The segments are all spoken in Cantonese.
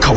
球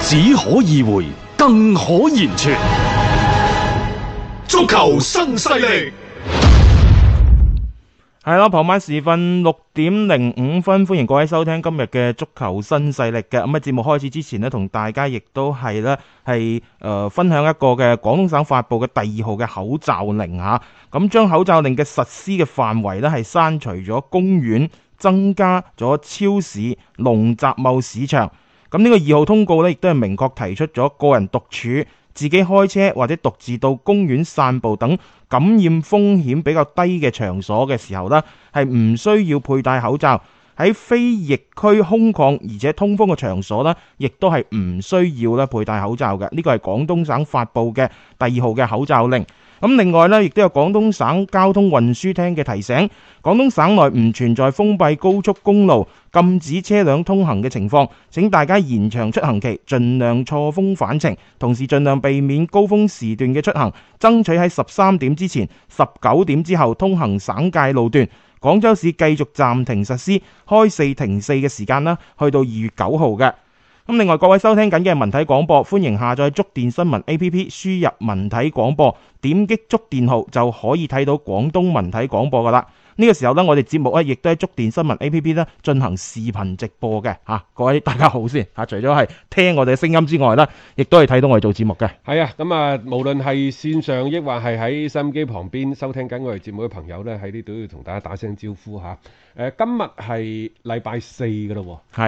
只可意會，更可言傳。足球新勢力，係咯，傍晚時分六點零五分，歡迎各位收聽今日嘅足球新勢力嘅咁啊！節目開始之前呢，同大家亦都係咧係誒分享一個嘅廣東省發布嘅第二號嘅口罩令嚇，咁將口罩令嘅實施嘅範圍呢，係刪除咗公園，增加咗超市、農集貿市場。咁呢個二號通告呢，亦都係明確提出咗個人獨處、自己開車或者獨自到公園散步等感染風險比較低嘅場所嘅時候呢，係唔需要佩戴口罩。喺非疫區空曠而且通風嘅場所呢，亦都係唔需要咧佩戴口罩嘅。呢個係廣東省發布嘅第二號嘅口罩令。咁另外呢，亦都有廣東省交通運輸廳嘅提醒，廣東省內唔存在封閉高速公路、禁止車輛通行嘅情況。請大家延長出行期，盡量錯峰返程，同時盡量避免高峰時段嘅出行，爭取喺十三點之前、十九點之後通行省界路段。廣州市繼續暫停實施開四停四嘅時間啦，去到二月九號嘅。咁另外各位收聽緊嘅係文體廣播，歡迎下載觸電新聞 A P P，輸入文體廣播，點擊觸電號就可以睇到廣東文體廣播噶啦。呢、個時候呢，我哋節目咧亦都喺觸電新聞 A P P 咧進行視頻直播嘅嚇、各位大家好先嚇、除咗係聽我哋嘅聲音之外啦，亦都係睇到我哋做節目嘅。係啊，咁啊，無論係線上抑或係喺收音機旁邊收聽緊我哋節目嘅朋友呢，喺呢度要同大家打聲招呼嚇。誒，今日係禮拜四㗎咯係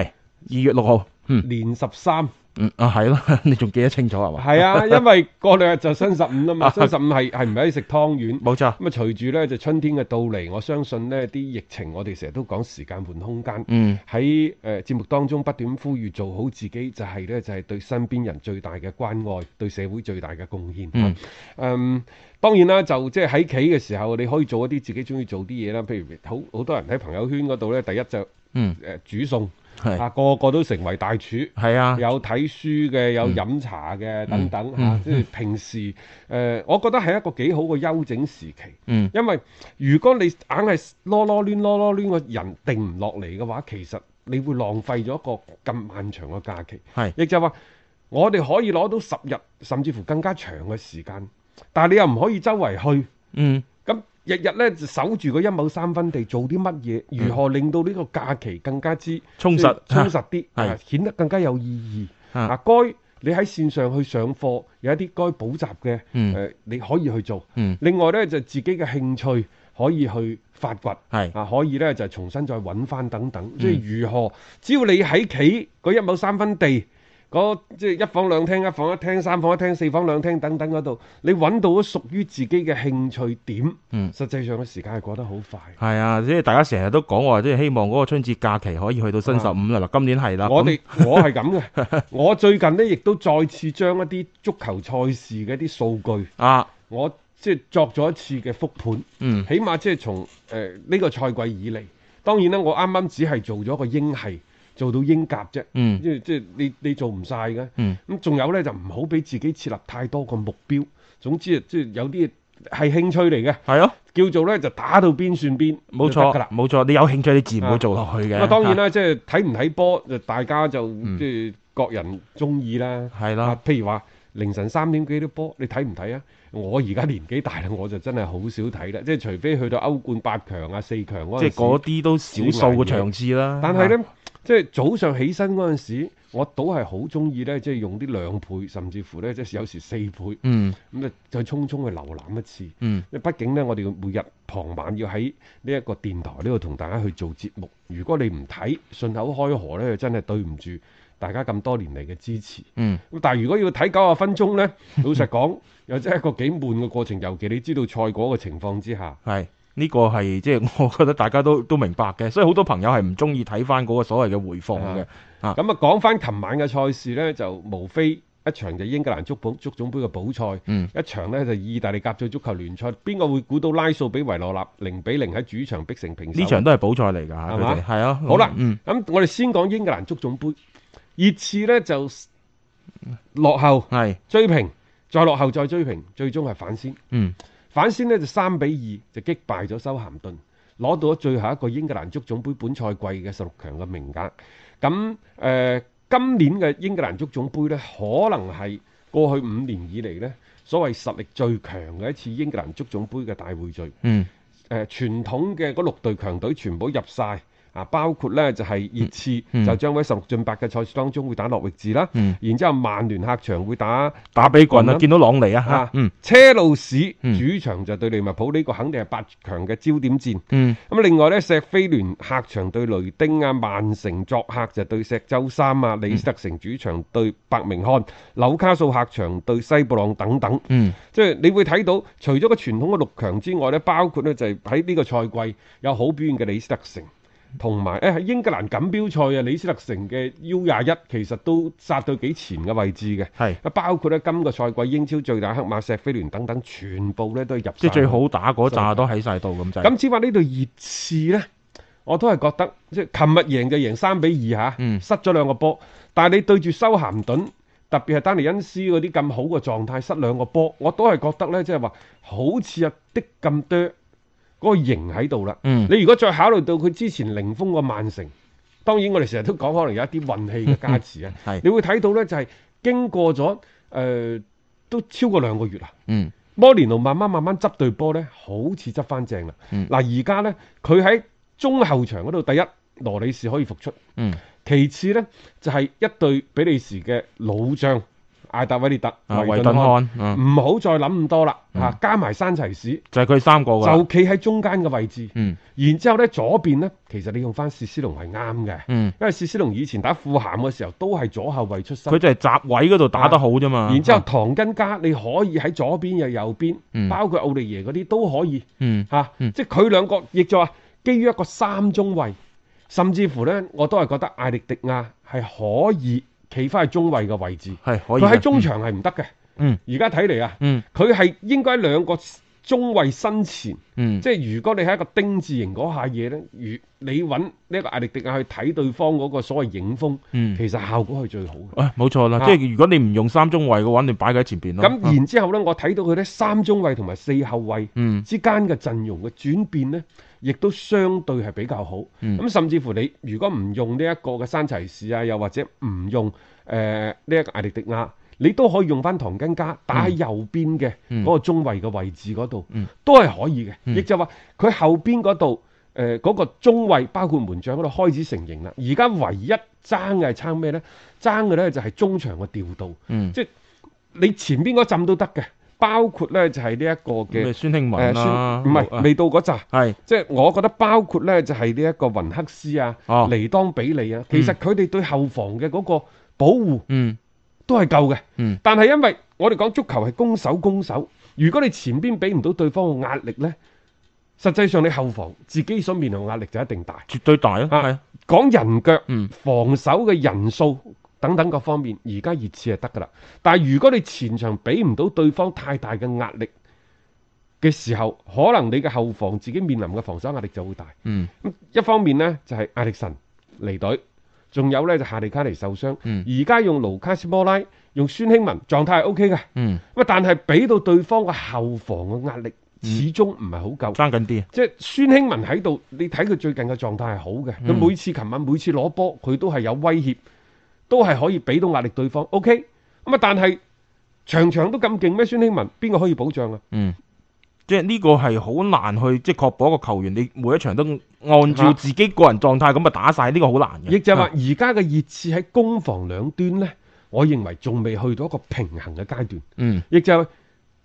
二月六號，喎，年十三。嗯啊係咯， 你仲記得清楚係嘛？係啊，因為過兩日就新十五啦嘛，新十五係係唔可以食湯圓。冇錯，咁啊，隨住呢就春天嘅到嚟，我相信呢啲疫情，我哋成日都講時間換空間。嗯。喺誒節目當中不斷呼籲做好自己，就係、呢，就係、對身邊人最大嘅關愛，對社會最大嘅貢獻。嗯嗯當然啦，就即係喺企嘅時候，你可以做一啲自己中意做啲嘢啦。譬如好好多人喺朋友圈嗰度呢，第一就誒、嗯呃煮餸，係啊個個都成為大廚。係啊，嗯有睇書嘅，有飲茶嘅，等等嚇，即係平時誒、呃我覺得係一個幾好嘅休整時期。嗯因為如果你硬係囉囉攣囉囉攣個人定唔落嚟嘅話，其實你會浪費咗一個咁漫長嘅假期。係亦就係話我哋可以攞到十日，甚至乎更加長嘅時間，但係你又唔可以周圍去。嗯咁日日咧就守住個一畝三分地，做啲乜嘢？如何令到呢個假期更加之充即係實充實啲，係啊顯得更加有意義。啊啊，該你喺線上去上課，有一啲該補習嘅，嗯誒你可以去做。嗯另外呢，就自己嘅興趣可以去發掘，係嗯啊可以呢，就重新再揾翻等等。即係如何，只要你喺企嗰一畝三分地。嗰即係一房兩廳、一房一廳、三房一廳、四房兩廳等等嗰度，你揾到咗屬於自己嘅興趣點，嗯實際上嘅時間係過得好快。係啊，即係大家成日都講話，即係希望嗰個春節假期可以去到新十五啦。嗱，今年係啦，啊我咁哋 我係咁嘅，我最近呢亦都再次將一啲足球賽事嘅一啲數據，啊，我即係作咗一次嘅復盤，嗯起碼即係從誒呢個賽季以嚟，當然啦，我啱啱只係做咗個英系，做到英甲啫，嗯因為即係你你做唔晒嘅，嗯咁仲有呢，就唔好俾自己設立太多個目標，總之啊即係有啲嘢係興趣嚟嘅，係咯，叫做呢就打到邊算邊，冇就得錯㗎啦，。冇錯，你有興趣你自然會做落去嘅。咁啊，當然啊，嗯啦，即係睇唔睇波，就大家就即係各人中意啦。係啦啊，譬如話凌晨三點幾啲波，你睇唔睇啊？我而家年紀大啦，我就真係好少睇啦。即係除非去到歐冠八強啊、四強嗰陣即係時嗰啲都少數嘅場次啦。但係啊，呢，即係早上起身嗰陣時，我倒係好中意呢，即係用啲兩倍，甚至乎呢，即係有時四倍咁嗯啊，就匆匆去瀏覽一次。嗯因為畢竟呢，我哋要每日傍晚要喺呢一個電台呢度同大家去做節目。如果你唔睇，順口開河呢，真係對唔住大家咁多年嚟嘅支持。嗯，咁但係如果要睇九十分鐘呢，老實講，又真係一個幾悶嘅過程。尤其你知道賽果嘅情況之下，係。呢個係即係我覺得大家都 都明白嘅，所以好多朋友係唔中意睇翻嗰個所謂嘅回放嘅。啊咁啊講翻琴晚嘅賽事呢，就無非一一場就英格蘭足本足總杯嘅補賽，嗯一場呢就意大利甲組足球聯賽。邊個會估到拉素比維羅納零比零喺主場逼成平手？呢場都係補賽嚟㗎嚇，嗯係佢嘛哋係啊。好啦，咁、嗯，我哋先講英格蘭足總杯，熱刺呢就落後係，追平，再落後再追平，最終係反先。嗯，反先呢就三比二就擊敗咗修咸頓，攞到咗最後一個英格蘭足總杯本賽季嘅十六強嘅名額。咁誒、呃今年嘅英格蘭足總杯呢，可能係過去五年以嚟呢所謂實力最強嘅一次英格蘭足總杯嘅大匯聚。嗯，誒傳統嘅嗰六隊強隊全部入晒啊，包括呢就係熱刺、嗯就將會十六進八嘅賽事當中會打諾域治啦，嗯然之後曼聯客場會打打比棍啊，咁見到朗尼啊啊嚇，嗯車路士、嗯主場就對利物浦呢、個肯定係八強嘅焦點戰。嗯咁另外呢，石飛聯客場對雷丁啊，曼城作客就對石州三啊，李斯特城主場對伯明翰，紐卡素客場對西布朗等等。嗯，即係你會睇到，除咗個傳統嘅六強之外呢，包括呢就係喺呢個賽季有好表現嘅李斯特城，同埋誒喺英格蘭錦標賽啊，李斯特城嘅 U 廿一其實都殺到幾前嘅位置嘅。係，包括咧今個賽季英超最大黑馬石飛聯等等，全部咧都係入即晒係最好打嗰扎都喺晒度咁滯。咁只話呢度熱刺呢，我都係覺得即係琴日贏就贏三比二嚇，嗯失咗兩個波。但係你對住修咸頓，特別係丹尼恩斯嗰啲咁好嘅狀態，失兩個波，我都係覺得呢，即係話好似啊的咁多嗰個型喺度啦。嗯你如果再考慮到佢之前零封個曼城，當然我哋成日都講可能有一啲運氣嘅加持啊。係你會睇到呢，就係、經過咗誒、呃都超過兩個月啦。啊嗯摩連奴慢慢慢慢執對波呢，好似執翻正啦。嗯嗱，而家呢，佢喺中後場嗰度，第一羅里士可以復出，嗯其次呢，就係、一對比利時嘅老將艾達威列特、啊，維維頓頓漢，漢，嗯，唔好再諗咁多啦嚇、啊加埋山齊士就係佢三個㗎就啦。企喺中間嘅位置，啊嗯然之後呢，左邊呢，其實你用翻薛斯隆係啱嘅，嗯，因為薛斯隆以前打富咸嘅時候都係左後衞出身佢。就係閘位嗰度打得好啫嘛。然之後，啊，唐根加你可以喺左邊又右邊，嗯包括奧利耶嗰啲都可以。嗯嚇、嗯啊即係佢兩個亦就話基於一個三中衞，甚至乎呢，我都係覺得艾力迪亞係可以企翻去中衞嘅位置，係可佢以嘅。喺中場係唔得嘅。嗯，而家睇嚟啊，嗯佢係應該喺兩個中衞身前，嗯，即係如果你係一個丁字形嗰下嘢呢，如你揾呢個艾力迪亞去睇對方嗰個所謂影風，嗯哦其實效果係最好嘅。誒哎冇錯啦，啊即係如果你唔用三中衞嘅話，你擺佢喺前邊咯。咁啊然之後呢，我睇到佢呢三中衞同埋四後衞嗯之間嘅陣容嘅轉變呢，亦都相對係比較好。咁、嗯甚至乎你如果唔用呢一個嘅山齊士啊，又或者唔用誒呢一個艾力迪亞，你都可以用翻唐根加打喺右邊嘅嗰個中衞嘅位置嗰度，嗯都係可以嘅。亦、就話佢後邊嗰度。呃誒嗰、個中衞包括門將嗰度開始成型啦，而家唯一爭嘅係爭咩呢？爭嘅呢就係中場嘅調度，嗯即係你前邊嗰陣都得嘅，包括呢就係呢一個嘅咩嗯孫興誒文啦，孫唔係啊未到嗰陣，係即係我覺得包括呢就係呢一個雲克斯啊、哦尼當比利啊，其實佢哋對後防嘅嗰個保護嗯都係夠嘅。嗯但係因為我哋講足球係攻守攻守，如果你前邊俾唔到對方嘅壓力呢，實際上你後防自己所面臨嘅壓力就一定大。絕對大咯，啊係啊講人腳、嗯防守嘅人數等等各方面，而家熱刺係得㗎啦。但係如果你前場俾唔到對方太大嘅壓力嘅時候，可能你嘅後防自己面臨嘅防守壓力就會大。嗯咁一方面呢，就係、艾力神離隊，仲有呢，就夏利卡尼受傷。嗯而家、用盧卡斯摩拉、用孫興文狀態係 O K 嘅，嗯咁啊但係俾到對方嘅後防嘅壓力始終唔係好夠。爭緊啲，啊即係孫興文喺度，你睇佢最近嘅狀態係好嘅。佢、嗯每次琴晚每次攞波，佢都係有威脅，都係可以俾到壓力對方。OK，咁啊，但係場場都咁勁咩？孫興文邊個可以保障啊？嗯，即係呢個係好難去即係確保一個球員你每一場都按照自己個人狀態咁啊打晒，呢個好難嘅。亦就係話，啊而家嘅熱刺喺攻防兩端呢，我認為仲未去到一個平衡嘅階段。嗯亦就係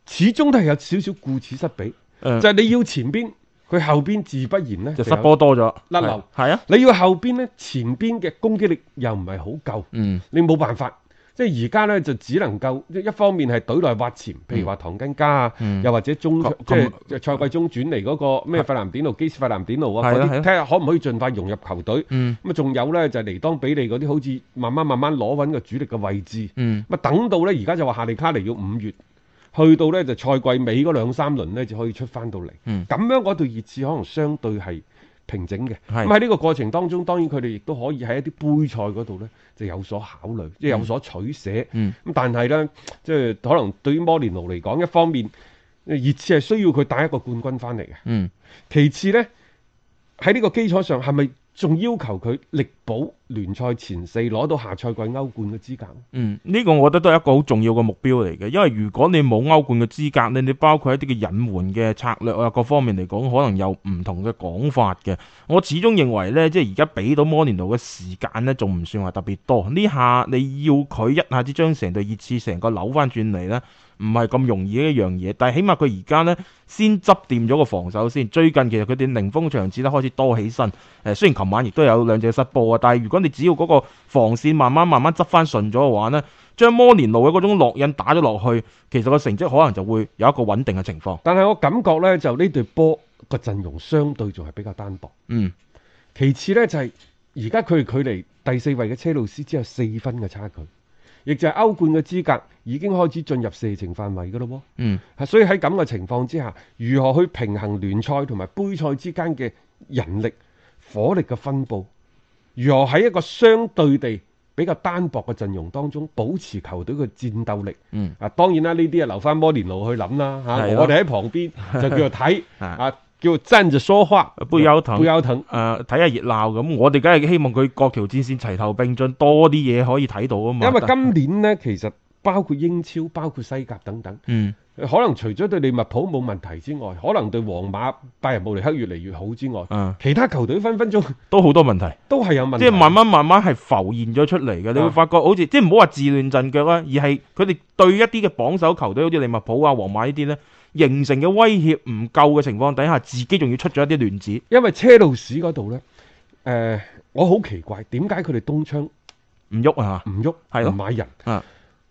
始終都係有少少顧此失彼，誒就係你要前邊，佢後邊自不然呢嗯就失有波多咗，甩漏啊係啊，你要後邊呢，前邊嘅攻擊力又唔係好夠。嗯你冇辦法。即係而家呢，就只能夠即係一方面係隊內挖潛，譬如話唐根家啊，嗯又或者中咁即係賽季中轉嚟嗰個咩費南典路、基斯費南典路啊係嗰啦啲係，啦睇下可唔可以盡快融入球隊。嗯咁啊，仲有呢，就係尼當比利嗰啲，好似慢慢慢慢攞穩個主力嘅位置。嗯，咁啊，等到呢，而家就話夏利卡尼要五月，去到呢，就賽季尾嗰兩三輪呢，就可以出翻到嚟。咁、嗯樣嗰隊熱刺可能相對係平整嘅。係咁喺呢個過程當中，當然佢哋亦都可以喺一啲杯賽嗰度呢，就有所考慮，即係有所取捨。嗯咁但係呢，即係可能對於摩連奴嚟講，一方面熱刺係需要佢帶一個冠軍翻嚟嘅，嗯其次呢，喺呢個基礎上係咪仲要求佢力保聯賽前四，攞到下賽季歐冠嘅資格呢？嗯，呢、個我覺得都係一個好重要嘅目標嚟嘅，因為如果你冇歐冠嘅資格咧，你包括一啲嘅隱瞞嘅策略啊，各方面嚟講，可能有唔同嘅講法嘅。我始終認為呢，即係而家俾到摩連奴嘅時間呢，仲唔算話特別多。呢下你要佢一下子將成隊熱刺成個扭翻轉嚟呢，唔係咁容易嘅一樣嘢。但係起碼佢而家呢，先執掂咗個防守先。最近其實佢哋零封場次咧開始多起身。誒雖然琴晚亦都有兩隻失波啊，但係如果你只要嗰個防線慢慢慢慢執翻順咗嘅話呢，將摩連奴嘅嗰種落印打咗落去，其實個成績可能就會有一個穩定嘅情況。但係我感覺呢，就呢隊波個陣容相對仲係比較單薄。嗯其次呢，就係而家佢哋距離第四位嘅車路士只有四分嘅差距，亦就係歐冠嘅資格已經開始進入射程範圍㗎咯喎。嗯啊所以喺咁嘅情況之下，如何去平衡聯賽同埋杯賽之間嘅人力、火力嘅分佈？如何喺一個相對地比較單薄嘅陣容當中保持球隊嘅戰鬥力？嗯啊，當然啦，呢啲啊留翻摩連奴去諗啦嚇，係咯我哋喺旁邊就叫做睇 啊啊，叫做站着說話，不腰疼不腰疼。誒睇下熱鬧咁，我哋梗係希望佢各條戰線齊頭並進，多啲嘢可以睇到啊嘛。因為今年呢，其實包括英超、包括西甲等等，嗯可能除咗對利物浦冇問題之外，可能對皇馬、拜仁慕尼黑越嚟越好之外，啊其他球隊分分鐘都好多問題。都係有問題。即係慢慢慢慢係浮現咗出嚟嘅，啊你會發覺好似即係唔好話自亂陣腳啦，啊而係佢哋對一啲嘅榜首球隊，好似利物浦啊、皇馬呢啲呢，形成嘅威脅唔夠嘅情況底下，自己仲要出咗一啲亂子，因為車路士嗰度呢，誒、我好奇怪點解佢哋東窗唔唔喐啊！喐，係咯唔買人啊。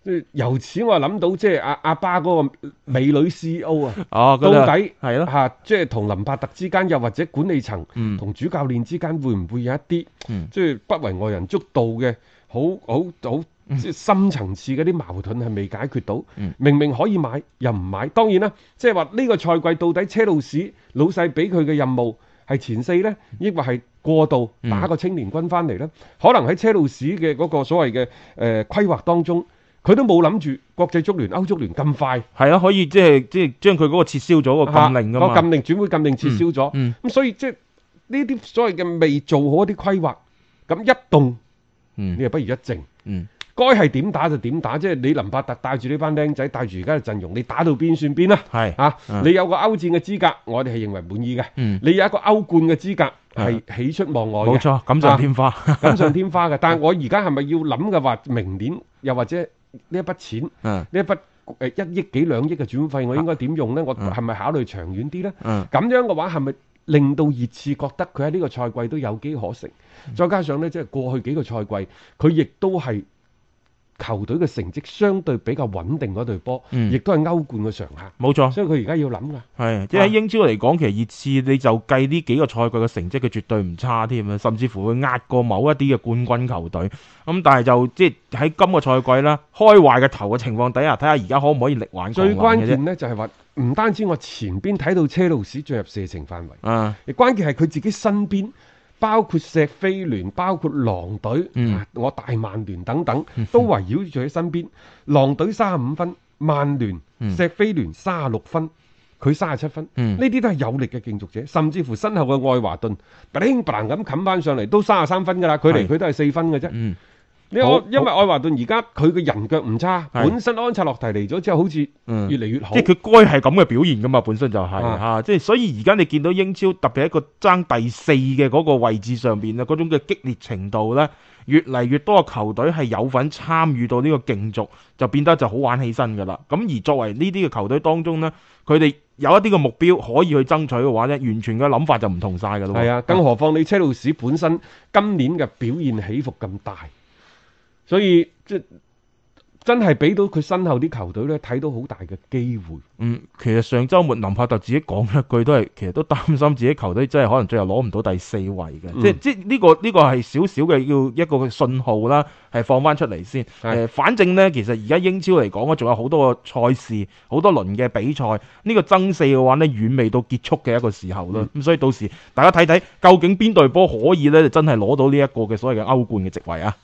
即係由此我諗到即係阿阿巴嗰個美女 CEO 啊，哦，到嗰啲底係咯，嚇即係同林伯特之間，又或者管理層嗯同主教練之間，會唔會有一啲嗯即係不為外人捉到嘅好好好即係深層次嗰啲矛盾係未解決到嗯？明明可以買又唔買，當然啦，即係話呢個賽季到底車路士老細俾佢嘅任務係前四呢，抑或係過渡嗯打個青年軍翻嚟呢？可能喺車路士嘅嗰個所謂嘅誒規劃當中，佢都冇諗住國際足聯、歐足聯咁快。係咯，可以即係即係將佢嗰個撤銷咗個禁令㗎啊個嘛，禁令轉會禁令撤銷咗。咁、嗯所以即係呢啲所謂嘅未做好一啲規劃，咁一動嗯你又不如一靜。嗯該係點打就點打，即係你林伯特帶住呢班僆仔，帶住而家嘅陣容，你打到邊算邊啦、係啊嗯你有個歐戰嘅資格，我哋係認為滿意嘅。嗯你有一個歐冠嘅資格，嗯係喜出望外嘅，冇錯，錦上添花，錦上添花嘅。但係我而家係咪要諗嘅話，明年又或者呢一筆錢？嗯呢一筆誒一億幾兩億嘅轉費，我應該點用呢？我係咪考慮長遠啲呢？嗯咁樣嘅話，係咪令到熱刺覺得佢喺呢個賽季都有機可乘？再加上呢，即係過去幾個賽季，佢亦都係球隊嘅成績相對比較穩定嗰隊波，嗯哦亦都係歐冠嘅常客，冇錯。所以佢而家要諗㗎。係，即係喺英超嚟講，其實熱刺你就計呢幾個賽季嘅成績，佢絕對唔差添啊，甚至乎會壓過某一啲嘅冠軍球隊。咁、但係就即係喺今個賽季啦，開壞嘅頭嘅情況底下，睇下而家可唔可以力挽狂最瀾關嘅啫。鍵呢，就係話，唔單止我前邊睇到車路士進入射程範圍。啊，亦關鍵係佢自己身邊，包括石飛聯、包括狼隊、嗯啊我大曼聯等等，都圍繞住佢身邊。狼隊三十五分，曼聯、嗯石飛聯三十六分，佢三十七分，嗯呢啲都係有力嘅競逐者，甚至乎身後嘅愛華頓，砰砰咁冚翻上嚟，都三十三分㗎啦，距離係佢都係四分嘅啫。嗯，你好我因為愛華頓而家佢嘅人腳唔差，係本身安察洛提嚟咗之後，好似嗯越嚟越好。即係佢該係咁嘅表現噶嘛，本身就係、啊啊，即係所以而家你見到英超特別喺個爭第四嘅嗰個位置上邊啊，嗰種嘅激烈程度咧，越嚟越多嘅球隊係有份參與到呢個競逐，就變得就好玩起身噶啦。咁而作為呢啲嘅球隊當中咧，佢哋有一啲嘅目標可以去爭取嘅話咧，完全嘅諗法就唔同晒噶咯喎。係啊，更何況你車路士本身今年嘅表現起伏咁大，所以即係真係俾到佢身後啲球隊咧睇到好大嘅機會。嗯，其實上週末林柏特自己講一句都係，其實都擔心自己球隊真係可能最後攞唔到第四位嘅、嗯即即呢、個呢、個係少少嘅要一個信號啦，係放翻出嚟先。誒、係反正呢，其實而家英超嚟講咧，啊仲有好多個賽事、好多輪嘅比賽，呢、個爭四嘅話呢，遠未到結束嘅一個時候啦。咁、嗯所以到時大家睇睇究竟邊隊波可以呢，就真係攞到呢一個嘅所謂嘅歐冠嘅席位啊！